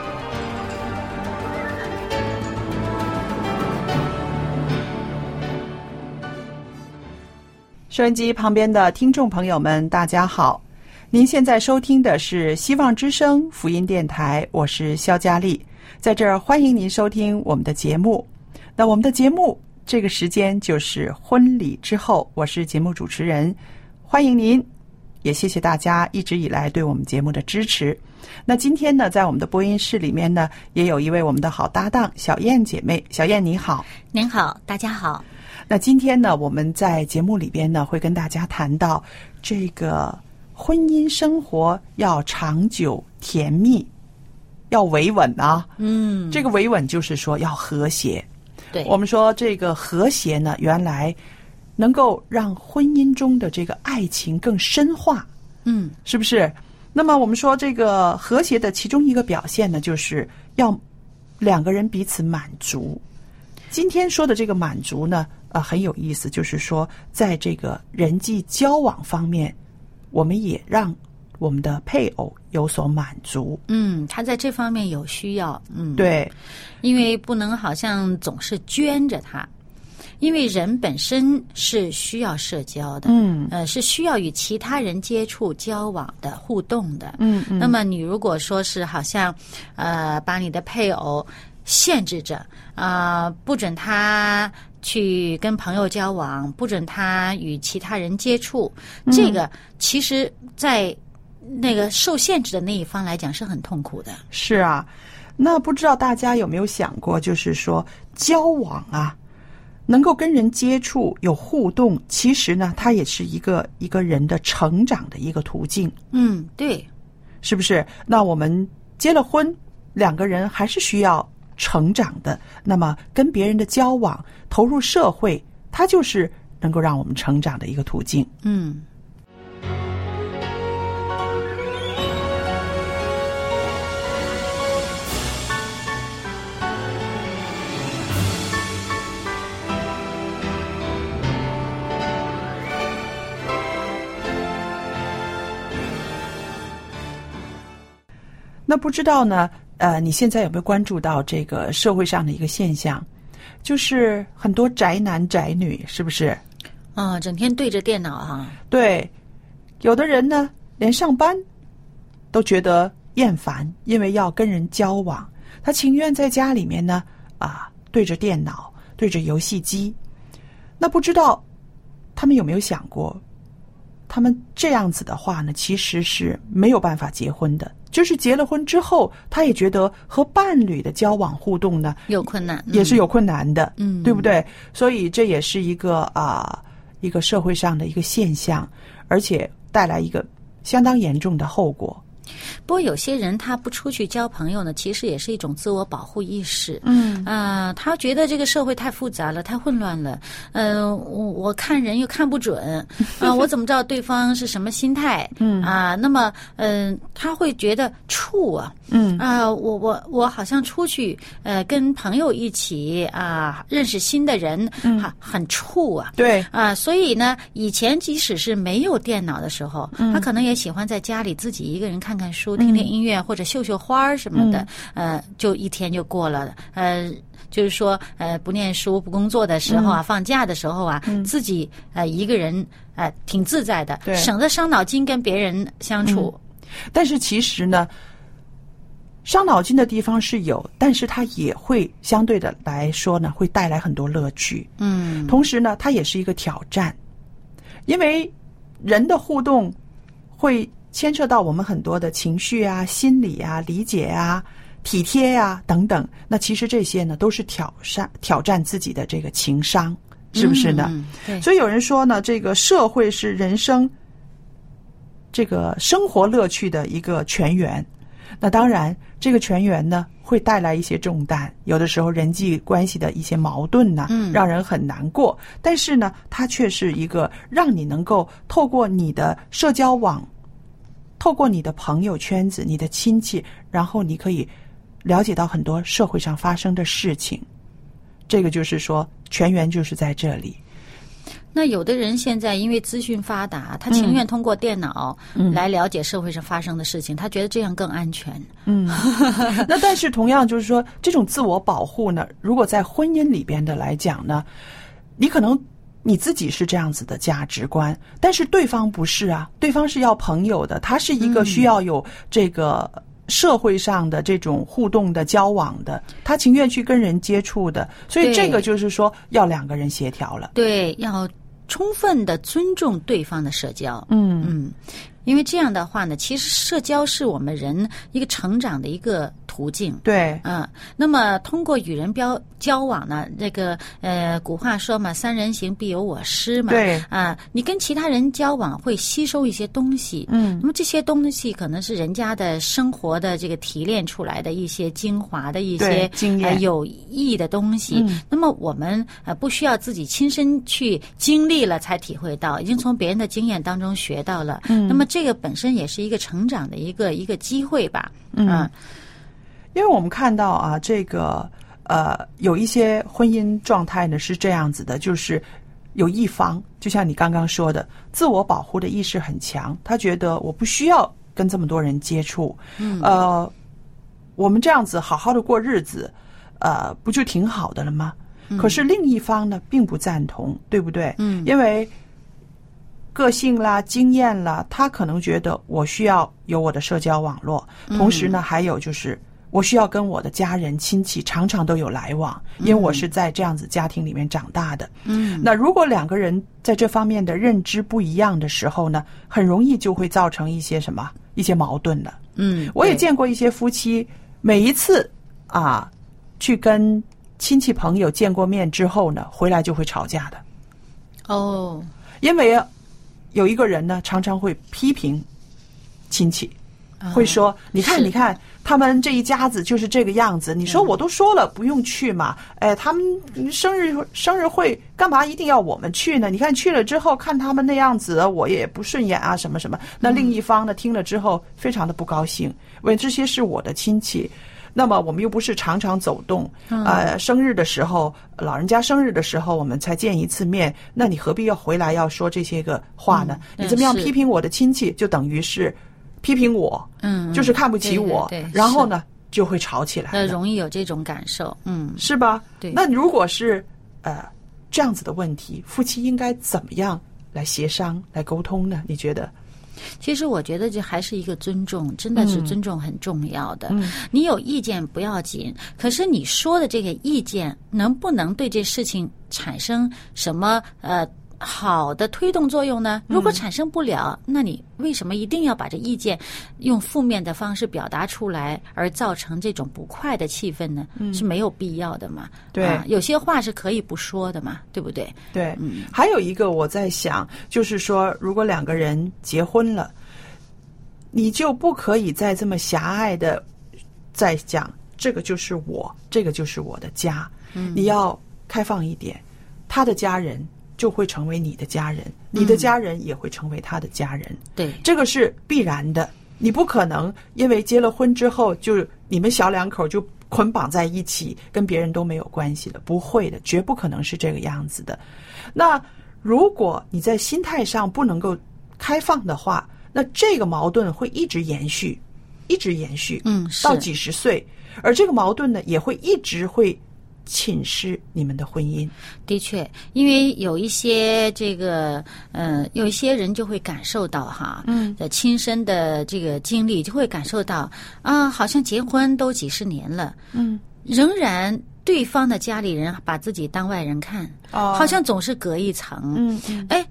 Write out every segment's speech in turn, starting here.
收音机旁边的听众朋友们，大家好！您现在收听的是希望之声福音电台，我是肖佳丽，在这儿欢迎您收听我们的节目。那我们的节目这个时间就是婚礼之后，我是节目主持人，欢迎您，也谢谢大家一直以来对我们节目的支持。那今天呢，在我们的播音室里面呢，也有一位我们的好搭档小燕姐妹，小燕你好。您好，大家好。那今天呢，我们在节目里边呢，会跟大家谈到这个婚姻生活要长久甜蜜，要维稳啊。嗯，这个维稳就是说要和谐。对，我们说这个和谐呢，原来能够让婚姻中的这个爱情更深化，嗯，是不是？那么我们说这个和谐的其中一个表现呢，就是要两个人彼此满足。今天说的这个满足呢，呃，很有意思，就是说在这个人际交往方面，我们也让我们的配偶有所满足。嗯，他在这方面有需要，嗯，，对，因为不能好像总是捐着他，因为人本身是需要社交的，嗯呃，是需要与其他人接触、交往的、互动的，嗯嗯那么你如果说是好像，呃，把你的配偶限制着，啊、不准他去跟朋友交往，不准他与其他人接触，嗯这个其实，在那个受限制的那一方来讲是很痛苦的。是啊，那不知道大家有没有想过，就是说交往啊，能够跟人接触、有互动，其实呢，它也是一个一个人的成长的一个途径，嗯，对，是不是？那我们结了婚，两个人还是需要成长的。那么跟别人的交往、投入社会，它就是能够让我们成长的一个途径。嗯，那不知道呢？呃，你现在有没有关注到这个社会上的一个现象，就是很多宅男宅女，是不是？啊、整天对着电脑啊哈、对，有的人呢，连上班都觉得厌烦，因为要跟人交往，他情愿在家里面呢啊，对着电脑，对着游戏机。那不知道他们有没有想过，他们这样子的话呢，其实是没有办法结婚的。就是结了婚之后，他也觉得和伴侣的交往互动呢，有困难，嗯也是有困难的，嗯对不对？所以这也是一个啊、一个社会上的一个现象，而且带来一个相当严重的后果。不过有些人他不出去交朋友呢，其实也是一种自我保护意识。嗯啊，他觉得这个社会太复杂了，太混乱了。嗯、我我看人又看不准，啊、我怎么知道对方是什么心态？嗯啊，那么嗯、他会觉得怵啊，嗯啊、我我我好像出去呃跟朋友一起啊、认识新的人，嗯，很怵啊。对，啊，所以呢，以前即使是没有电脑的时候，嗯他可能也喜欢在家里自己一个人看看书、听听音乐或者绣绣花儿什么的，嗯呃，就一天就过了，呃。就是说，呃，不念书、不工作的时候嗯啊，放假的时候啊，自己呃一个人呃挺自在的对，省得伤脑筋跟别人相处。但是其实呢，伤脑筋的地方是有，但是它也会相对的来说呢，会带来很多乐趣。嗯同时呢，它也是一个挑战，因为人的互动会牵涉到我们很多的情绪啊、心理啊、理解啊、体贴呀、等等。那其实这些呢，都是挑战挑战自己的这个情商，是不是呢？嗯对，所以有人说呢，这个社会是人生这个生活乐趣的一个泉源。那当然，这个泉源呢会带来一些重担，有的时候人际关系的一些矛盾呢，嗯让人很难过。但是呢，它却是一个让你能够透过你的社交网，透过你的朋友圈子、你的亲戚，然后你可以了解到很多社会上发生的事情。这个就是说，泉源就是在这里。那有的人现在因为资讯发达，他情嗯愿通过电脑来了解社会上发生的事情，他觉得这样更安全。那但是同样就是说，这种自我保护呢，如果在婚姻里边的来讲呢，你可能你自己是这样子的价值观，但是对方不是啊，对方是要朋友的，他是一个需要有这个。社会上的这种互动的交往的，他情愿去跟人接触的，所以对这个就是说要两个人协调了。对，要充分的尊重对方的社交。嗯嗯，因为这样的话呢，其实社交是我们人一个成长的一个途径。对，嗯，那么通过与人标交往呢，这个呃，古话说嘛，“三人行必有我师”嘛。对啊，你跟其他人交往会吸收一些东西，嗯那么这些东西可能是人家的生活的这个提炼出来的一些精华的一对些经验呃、有益的东西。嗯那么我们呃不需要自己亲身去经历了才体会到，已经从别人的经验当中学到了。嗯、那么这个本身也是一个成长的一个一个机会吧。嗯因为我们看到啊，这个呃，有一些婚姻状态呢是这样子的，就是有一方，就像你刚刚说的，自我保护的意识很强，他觉得我不需要跟这么多人接触，嗯，呃，我们这样子好好的过日子，呃，不就挺好的了吗？可是另一方呢，并不赞同，对不对？嗯因为个性啦、经验啦，他可能觉得我需要有我的社交网络，嗯同时呢，还有就是我需要跟我的家人、亲戚常常都有来往，因为我是在这样子家庭里面长大的。嗯那如果两个人在这方面的认知不一样的时候呢，很容易就会造成一些什么一些矛盾了。嗯，我也对见过一些夫妻，每一次啊去跟亲戚朋友见过面之后呢，回来就会吵架的。哦，因为有一个人呢，常常会批评亲戚，啊会说：“你看，是你看，他们这一家子就是这个样子。”你说我都说了不用去嘛，哎，他们生日生日会干嘛一定要我们去呢？你看去了之后，看他们那样子，我也不顺眼啊，什么什么。那另一方呢，听了之后非常的不高兴，问这些是我的亲戚。那么我们又不是常常走动，啊呃，生日的时候，老人家生日的时候，我们才见一次面，那你何必要回来要说这些个话呢？嗯你这么样是批评我的亲戚，就等于是批评我，嗯，就是看不起我，对对对然后呢就会吵起来呃，了，容易有这种感受。嗯，是吧？对那如果是呃这样子的问题，夫妻应该怎么样来协商、来沟通呢？你觉得？其实我觉得这还是一个尊重，真的嗯是尊重很重要的。你有意见不要紧，可是你说的这个意见能不能对这事情产生什么呃？好的推动作用嗯呢？如果产生不了，那你为什么一定要把这意见用负面的方式表达出来，而造成这种不快的气氛呢？是没有必要的嘛？嗯对啊有些话是可以不说的嘛，对不对？对，还有一个我在想，就是说，如果两个人结婚了，你就不可以再这么狭隘的在讲这个就是我，这个就是我的家。嗯，你要开放一点，他的家人就会成为你的家人，你的家人也会成为他的家人。对，这个是必然的。你不可能因为结了婚之后就你们小两口就捆绑在一起，跟别人都没有关系的，不会的，绝不可能是这个样子的。那如果你在心态上不能够开放的话，那这个矛盾会一直延续，一直延续，嗯是到几十岁，而这个矛盾呢，也会一直会侵蚀你们的婚姻。的确，因为有一些这个，嗯、有一些人就会感受到哈，嗯，的亲身的这个经历，就会感受到啊，好像结婚都几十年了，嗯，仍然对方的家里人把自己当外人看，哦好像总是隔一层，嗯嗯哎，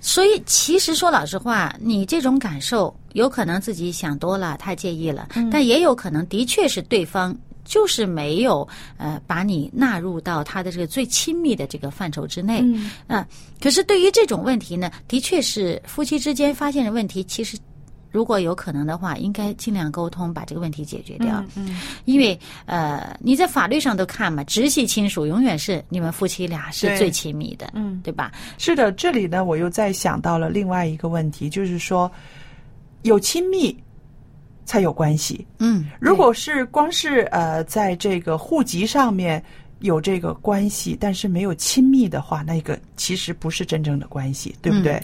所以其实说老实话，你这种感受有可能自己想多了，太介意了，但也有可能的确是对方。就是没有呃把你纳入到他的这个最亲密的这个范畴之内，嗯、可是对于这种问题呢，的确是夫妻之间发现的问题，其实呃如果有可能的话，应该尽量沟通，把这个问题解决掉。因为呃，你在法律上都看嘛，直系亲属永远是你们夫妻俩是对最亲密的，嗯，对吧？是的，这里呢，我又再想到了另外一个问题，就是说，有亲密才有关系。嗯，如果是光是呃，在这个户籍上面有这个关系，但是没有亲密的话，那个其实不是真正的关系，对不对？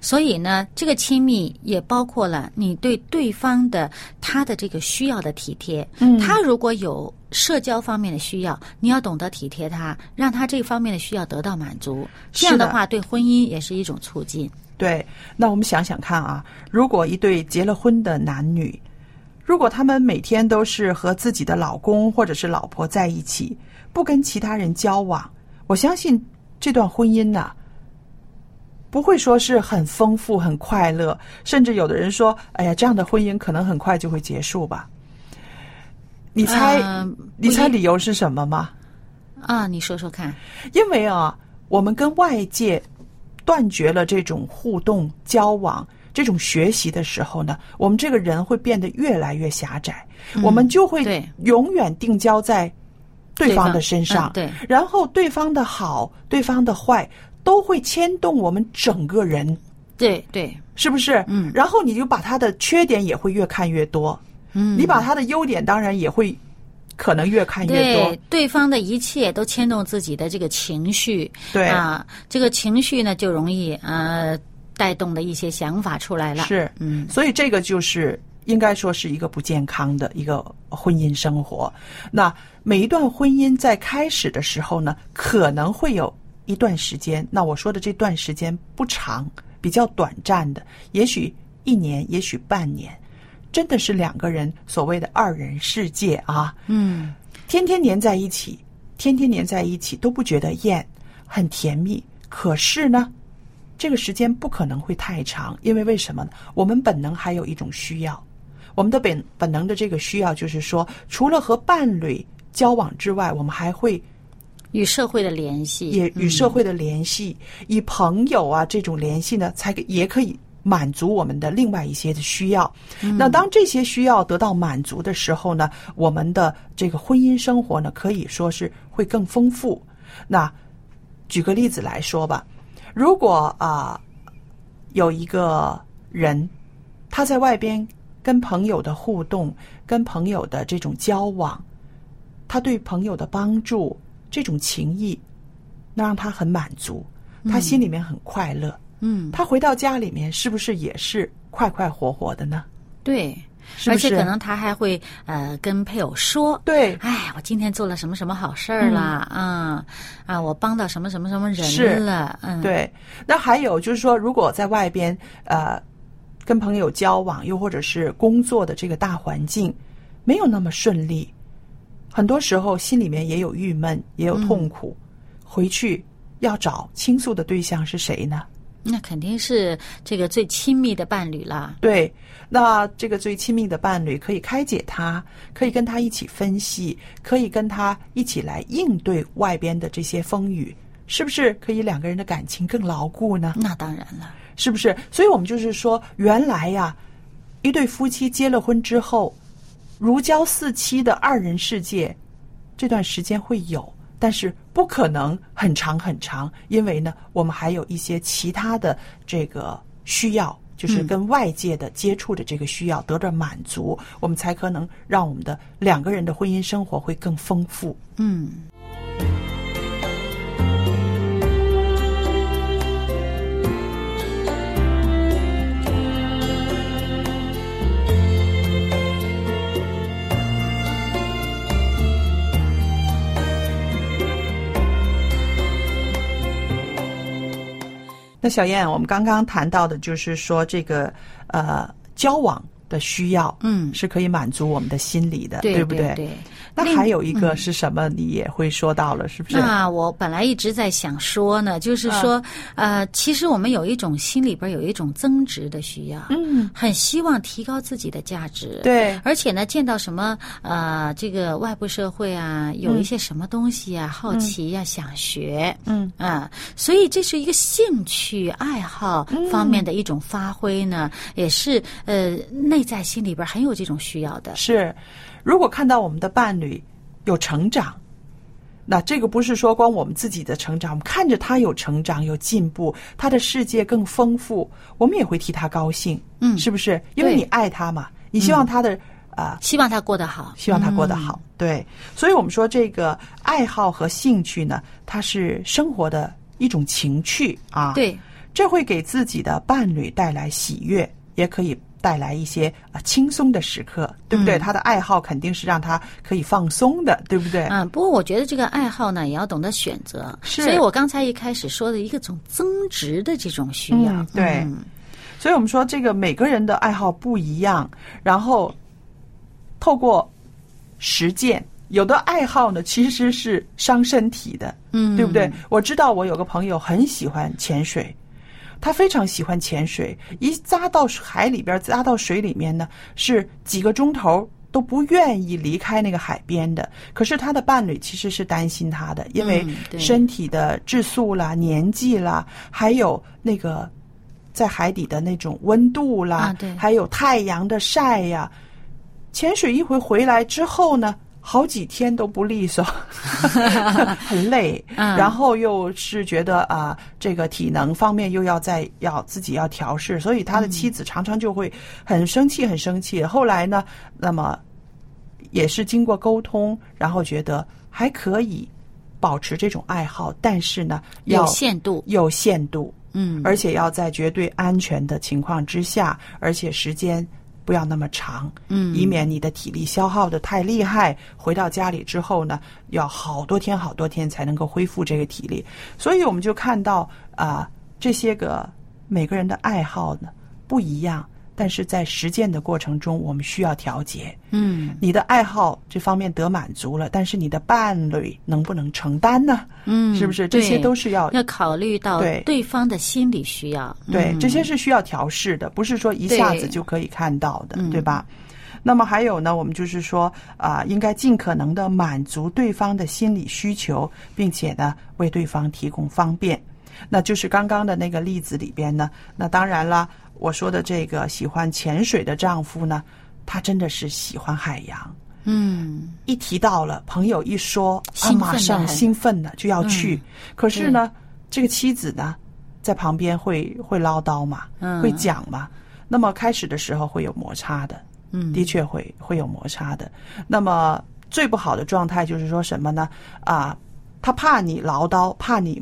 所以呢，这个亲密也包括了你对对方的他的这个需要的体贴。嗯，他如果有社交方面的需要，你要懂得体贴他，让他这方面的需要得到满足。这样是的的话，对婚姻也是一种促进。对，那我们想想看啊，如果一对结了婚的男女，如果他们每天都是和自己的老公或者是老婆在一起，不跟其他人交往，我相信这段婚姻呐、不会说是很丰富、很快乐，甚至有的人说：“哎呀，这样的婚姻可能很快就会结束吧。”你猜，嗯你不猜一理由是什么吗？啊，你说说看。因为啊，我们跟外界断绝了这种互动、交往、这种学习的时候呢，我们这个人会变得越来越狭窄，我们就会嗯对永远定焦在对方的身上，对方嗯然后对方的好、对方的坏都会牵动我们整个人，对对，是不是？嗯然后你就把他的缺点也会越看越多，嗯，你把他的优点当然也会可能越看越多，对对方的一切都牵动自己的这个情绪，对啊，这个情绪呢就容易呃带动的一些想法出来了。是，嗯，所以这个就是应该说是一个不健康的一个婚姻生活。那每一段婚姻在开始的时候呢，可能会有一段时间，那我说的这段时间不长，比较短暂的，也许一年，也许半年，真的是两个人所谓的二人世界啊。嗯，天天黏在一起，天天黏在一起都不觉得厌，很甜蜜。可是呢，这个时间不可能会太长，因为为什么呢？我们本能还有一种需要，我们的本本能的这个需要就是说，除了和伴侣交往之外，我们还会与社会的联系嗯也与社会的联系，以朋友啊这种联系呢，才可也可以满足我们的另外一些的需要。那当这些需要得到满足的时候呢，我们的这个婚姻生活呢，可以说是会更丰富。那举个例子来说吧，如果啊、有一个人他在外边跟朋友的互动，跟朋友的这种交往，他对朋友的帮助，这种情谊，那让他很满足，他心里面很快乐。嗯，他回到家里面是不是也是快快活活的呢？对。是不而是且可能他还会呃跟配偶说，对嗯哎，我今天做了什么什么好事儿啦，啊、啊，我帮到什么什么什么是人了，嗯，，对，那还有就是说，如果在外边呃跟朋友交往，又或者是工作的这个大环境没有那么顺利，很多时候心里面也有郁闷，也有痛苦，嗯回去要找倾诉的对象是谁呢？那肯定是这个最亲密的伴侣啦，对，那这个最亲密的伴侣可以开解他，可以跟他一起分析，可以跟他一起来应对外边的这些风雨，是不是可以两个人的感情更牢固呢？那当然了。是不是？所以我们就是说，原来呀、一对夫妻结了婚之后，如胶似漆的二人世界，这段时间会有，但是不可能很长很长，因为呢，我们还有一些其他的这个需要，就是嗯跟外界的接触的这个需要得到满足，我们才可能让我们的两个人的婚姻生活会更丰富。嗯。那小燕，我们刚刚谈到的就是说这个呃交往的需要，嗯是可以满足我们的心理的，对不对那另嗯还有一个是什么？你也会说到了，是不啊是？那我本来一直在想说呢，就是说，呃，其实我们有一种心里边有一种增值的需要，嗯，很希望提高自己的价值，。对，而且呢，见到什么呃，这个外部社会啊，嗯有一些什么东西啊，好奇呀、想学，嗯啊，所以这是一个兴趣爱好嗯方面的一种发挥呢，也是呃内在心里边很有这种需要的，是。如果看到我们的伴侣有成长，那这个不是说光我们自己的成长，我们看着他有成长、有进步，他的世界更丰富，我们也会替他高兴，嗯是不是？因为对你爱他嘛，你希望他的啊、希望他过得好，希望他过得好。嗯对，所以我们说这个爱好和兴趣呢，它是生活的一种情趣啊。，嗯对，这会给自己的伴侣带来喜悦，也可以带来一些啊轻松的时刻，对不对？嗯他的爱好肯定是让他可以放松的，对不对？啊，不过我觉得这个爱好呢，也要懂得选择。是所以我刚才一开始说的一个种增值的这种需要。嗯对嗯所以我们说，这个每个人的爱好不一样，然后透过实践，有的爱好呢其实是伤身体的，嗯对不对？我知道我有个朋友很喜欢潜水，他非常喜欢潜水，一扎到海里边，扎到水里面呢，是几个钟头。都不愿意离开那个海边的，可是他的伴侣其实是担心他的，因为嗯对身体的质素啦、年纪啦，还有那个在海底的那种温度啦，啊对还有太阳的晒呀、潜水一回回来之后呢，好几天都不利索， 很累，嗯然后又是觉得啊、这个体能方面又要再要自己要调试，所以他的妻子常常就会很生气，很生气。后来呢，那么也是经过沟通，然后觉得还可以保持这种爱好，但是呢，要有限度。有限度，嗯，而且要在绝对安全的情况之下，而且时间不要那么长，嗯以免你的体力消耗的太厉害，回到家里之后呢，要好多天好多天才能够恢复这个体力。所以我们就看到啊、这些个每个人的爱好呢不一样，但是在实践的过程中，我们需要调节。嗯你的爱好这方面得满足了，但是你的伴侣能不能承担呢？嗯，是不是？这对些都是要要考虑到对对方的心理需要。对，嗯这些是需要调试的，不是说一下子对就可以看到的，嗯对吧？那么还有呢，我们就是说啊、应该尽可能的满足对方的心理需求，并且呢，为对方提供方便。那就是刚刚的那个例子里边呢，那当然啦，我说的这个喜欢潜水的丈夫呢，他真的是喜欢海洋。嗯一提到了朋友一说啊，兴奋的马上很兴奋的就要去。嗯可是呢，这个妻子呢，在旁边会会唠叨嘛，嗯会讲嘛。那么开始的时候会有摩擦的，嗯，的确会会有摩擦的。那么最不好的状态就是说什么呢？啊，他怕你唠叨，怕你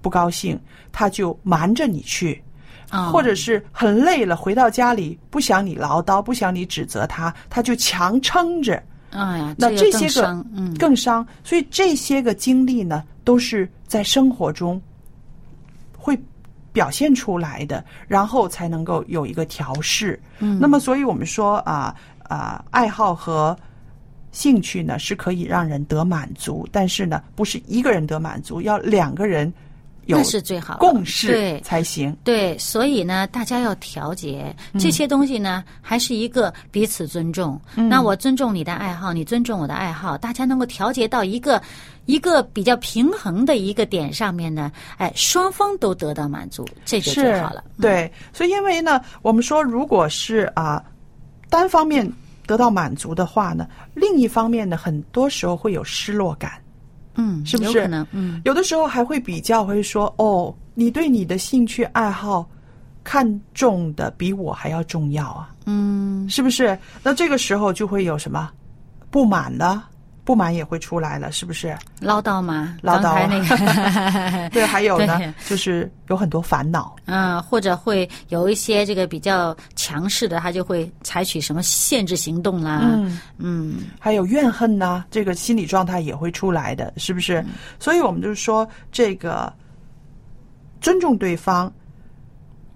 不高兴，他就瞒着你去。啊或者是很累了，回到家里不想你唠叨，不想你指责他，他就强撑着，哎呀，那这个更这些个伤嗯更伤，所以这些个经历呢，都是在生活中会表现出来的，然后才能够有一个调试。嗯，那么所以我们说啊啊，爱好和兴趣呢是可以让人得满足，但是呢，不是一个人得满足，要两个人有那是最好的共识对才行。对，所以呢，大家要调节嗯这些东西呢，还是一个彼此尊重。嗯那我尊重你的爱好，你尊重我的爱好，大家能够调节到一个一个比较平衡的一个点上面呢，哎，双方都得到满足，这就是最好了。嗯对，所以因为呢，我们说，如果是啊、单方面得到满足的话呢，另一方面呢，很多时候会有失落感。嗯，是不有是可能，嗯，有的时候还会比较，会说哦，你对你的兴趣爱好看重的比我还要重要啊，嗯，是不是？那这个时候就会有什么不满了，不满也会出来了，是不是？唠叨嘛，唠叨刚才那个， 对，还有呢对，就是有很多烦恼，嗯，或者会有一些这个比较强势的，他就会采取什么限制行动啦，嗯还有怨恨呐、这个心理状态也会出来的，是不是？所以我们就是说，这个尊重对方，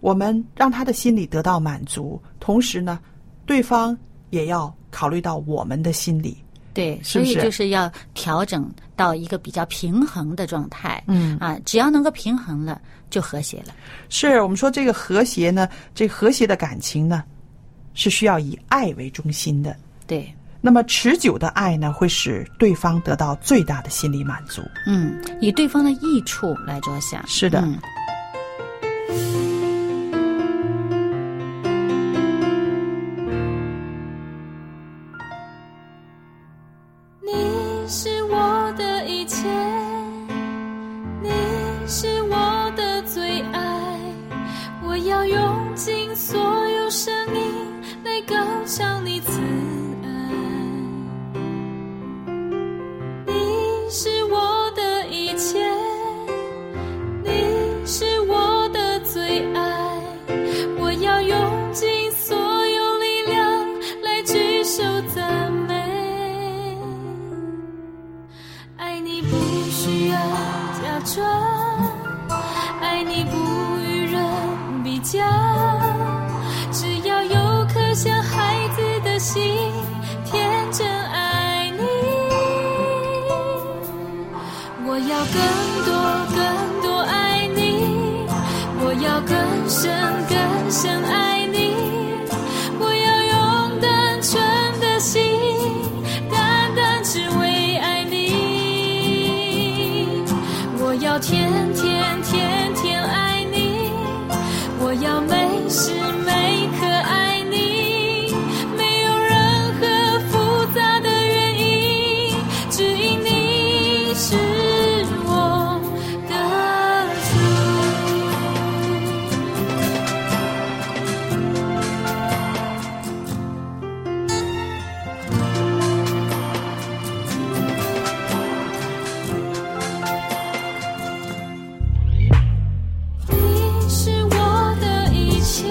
我们让他的心理得到满足，同时呢，对方也要考虑到我们的心理。对，是所不以是就是要调整到一个比较平衡的状态，嗯，啊，只要能够平衡了，就和谐了，是我们说这个和谐呢，这和谐的感情呢，是需要以爱为中心的。对，那么持久的爱呢，会使对方得到最大的心理满足。嗯，以对方的益处来着想，是的嗯你是我的一切，你是我的最爱，我要用尽所有声音来高唱你慈爱。你是我的一切，你是我的最爱，我要用尽所有力量来举手赞美。爱你不需要假装，爱你不与人比较，只要有颗像孩子的心，天真爱你。我要更多更多爱你，我要更深更深爱你，我要用单纯的心，单单只为爱你。我要天天天天爱你，我要每时每刻爱你，没有任何复杂的原因，只因你是我的主。你是我的一切，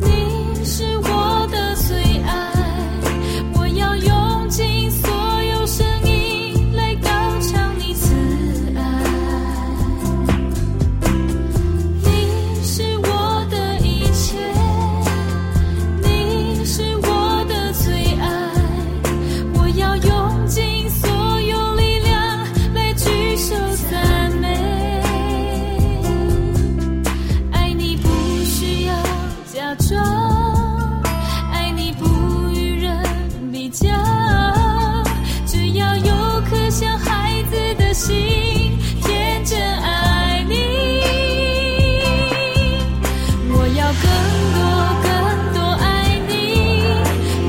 你是我的最爱，我要用尽所有声音来高唱你慈爱。你是我的一切，你是我的最爱，我要用尽所有力量来举手赞美。爱你不需要假装，爱你不与人比较，只要有颗像孩子的心，天真爱你。我要更多更多爱你，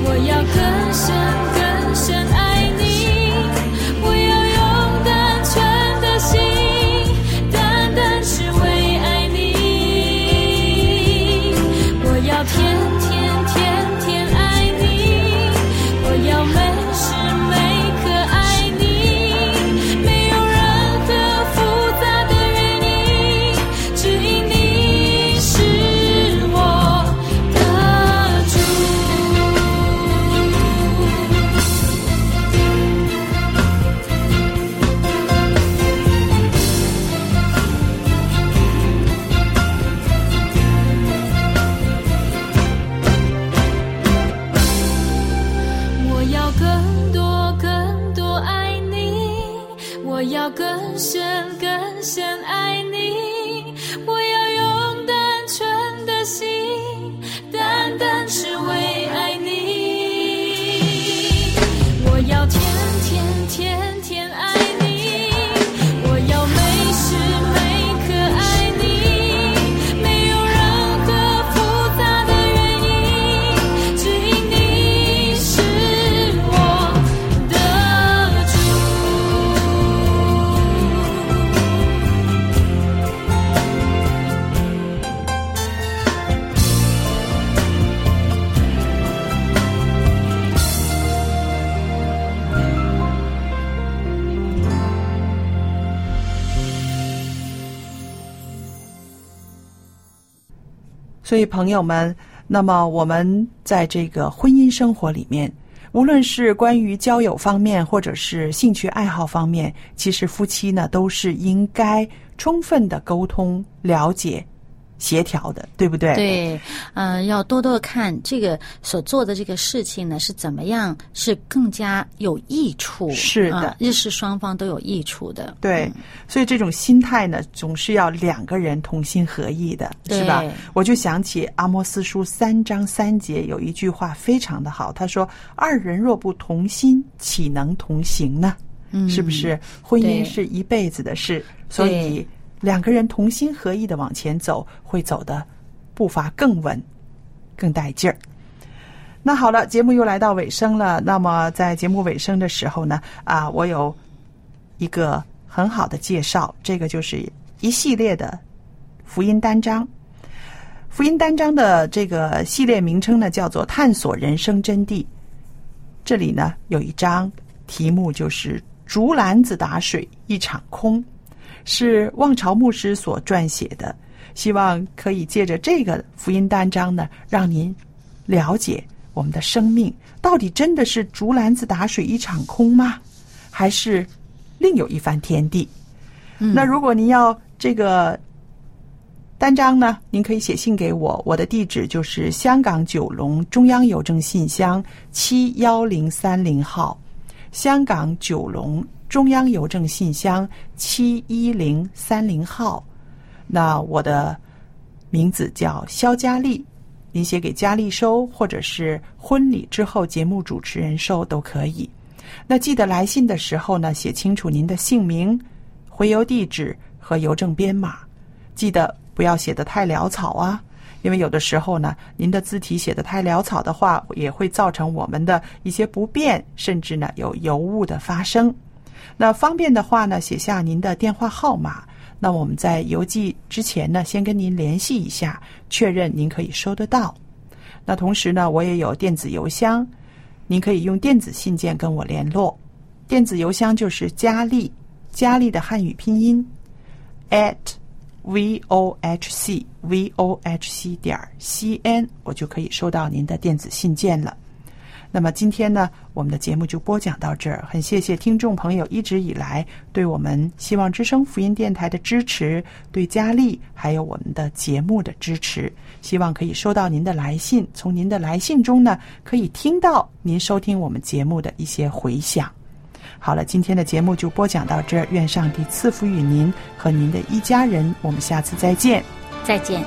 我要更深更深爱你，我要用单纯的心，单单是为爱你。我要天天天天爱你，我要每时每刻爱你，没有任何复杂的原因，只因你是我。所以，朋友们，那么我们在这个婚姻生活里面，无论是关于交友方面，或者是兴趣爱好方面，其实夫妻呢都是应该充分的沟通、了解、协调的，对不对？。对，嗯、要多多看这个所做的这个事情呢，是怎么样是更加有益处。是的啊日是双方都有益处的。对，所以这种心态呢，总是要两个人同心合意的，对是吧？我就想起阿莫斯书三章三节有一句话非常的好，他说：“二人若不同心，岂能同行呢？”嗯，是不？是？婚姻对是一辈子的事，所以两个人同心合意的往前走，会走的步伐更稳，更带劲儿。那好了，节目又来到尾声了。那么在节目尾声的时候呢，啊，我有一个很好的介绍，这个就是一系列的福音单章。福音单章的这个系列名称呢，叫做“探索人生真谛”。这里呢有一章，题目就是“竹篮子打水一场空”，是望潮牧师所撰写的。希望可以借着这个福音单章呢，让您了解我们的生命到底真的是竹篮子打水一场空吗？还是另有一番天地？那如果您要这个单张呢，您可以写信给我，我的地址就是香港九龙中央邮政信箱七幺零三零号，香港九龙中央邮政信箱七一零三零号。那我的名字叫肖佳丽，您写给佳丽收，或者是婚礼之后节目主持人收都可以。那记得来信的时候呢，写清楚您的姓名、回邮地址和邮政编码。记得不要写的太潦草啊，因为有的时候呢，您的字体写的太潦草的话，也会造成我们的一些不便，甚至呢有尤误的发生。那方便的话呢，写下您的电话号码。那我们在邮寄之前呢，先跟您联系一下，确认您可以收得到。那同时呢，我也有电子邮箱，您可以用电子信件跟我联络。电子邮箱就是佳丽，佳丽的汉语拼音 at v o h c v o h c 点 c n，我就可以收到您的电子信件了。那么今天呢，我们的节目就播讲到这儿。很谢谢听众朋友一直以来对我们希望之声福音电台的支持，对佳丽还有我们的节目的支持。希望可以收到您的来信，从您的来信中呢，可以听到您收听我们节目的一些回响。好了，今天的节目就播讲到这儿，愿上帝赐福与您和您的一家人。我们下次再见。再见。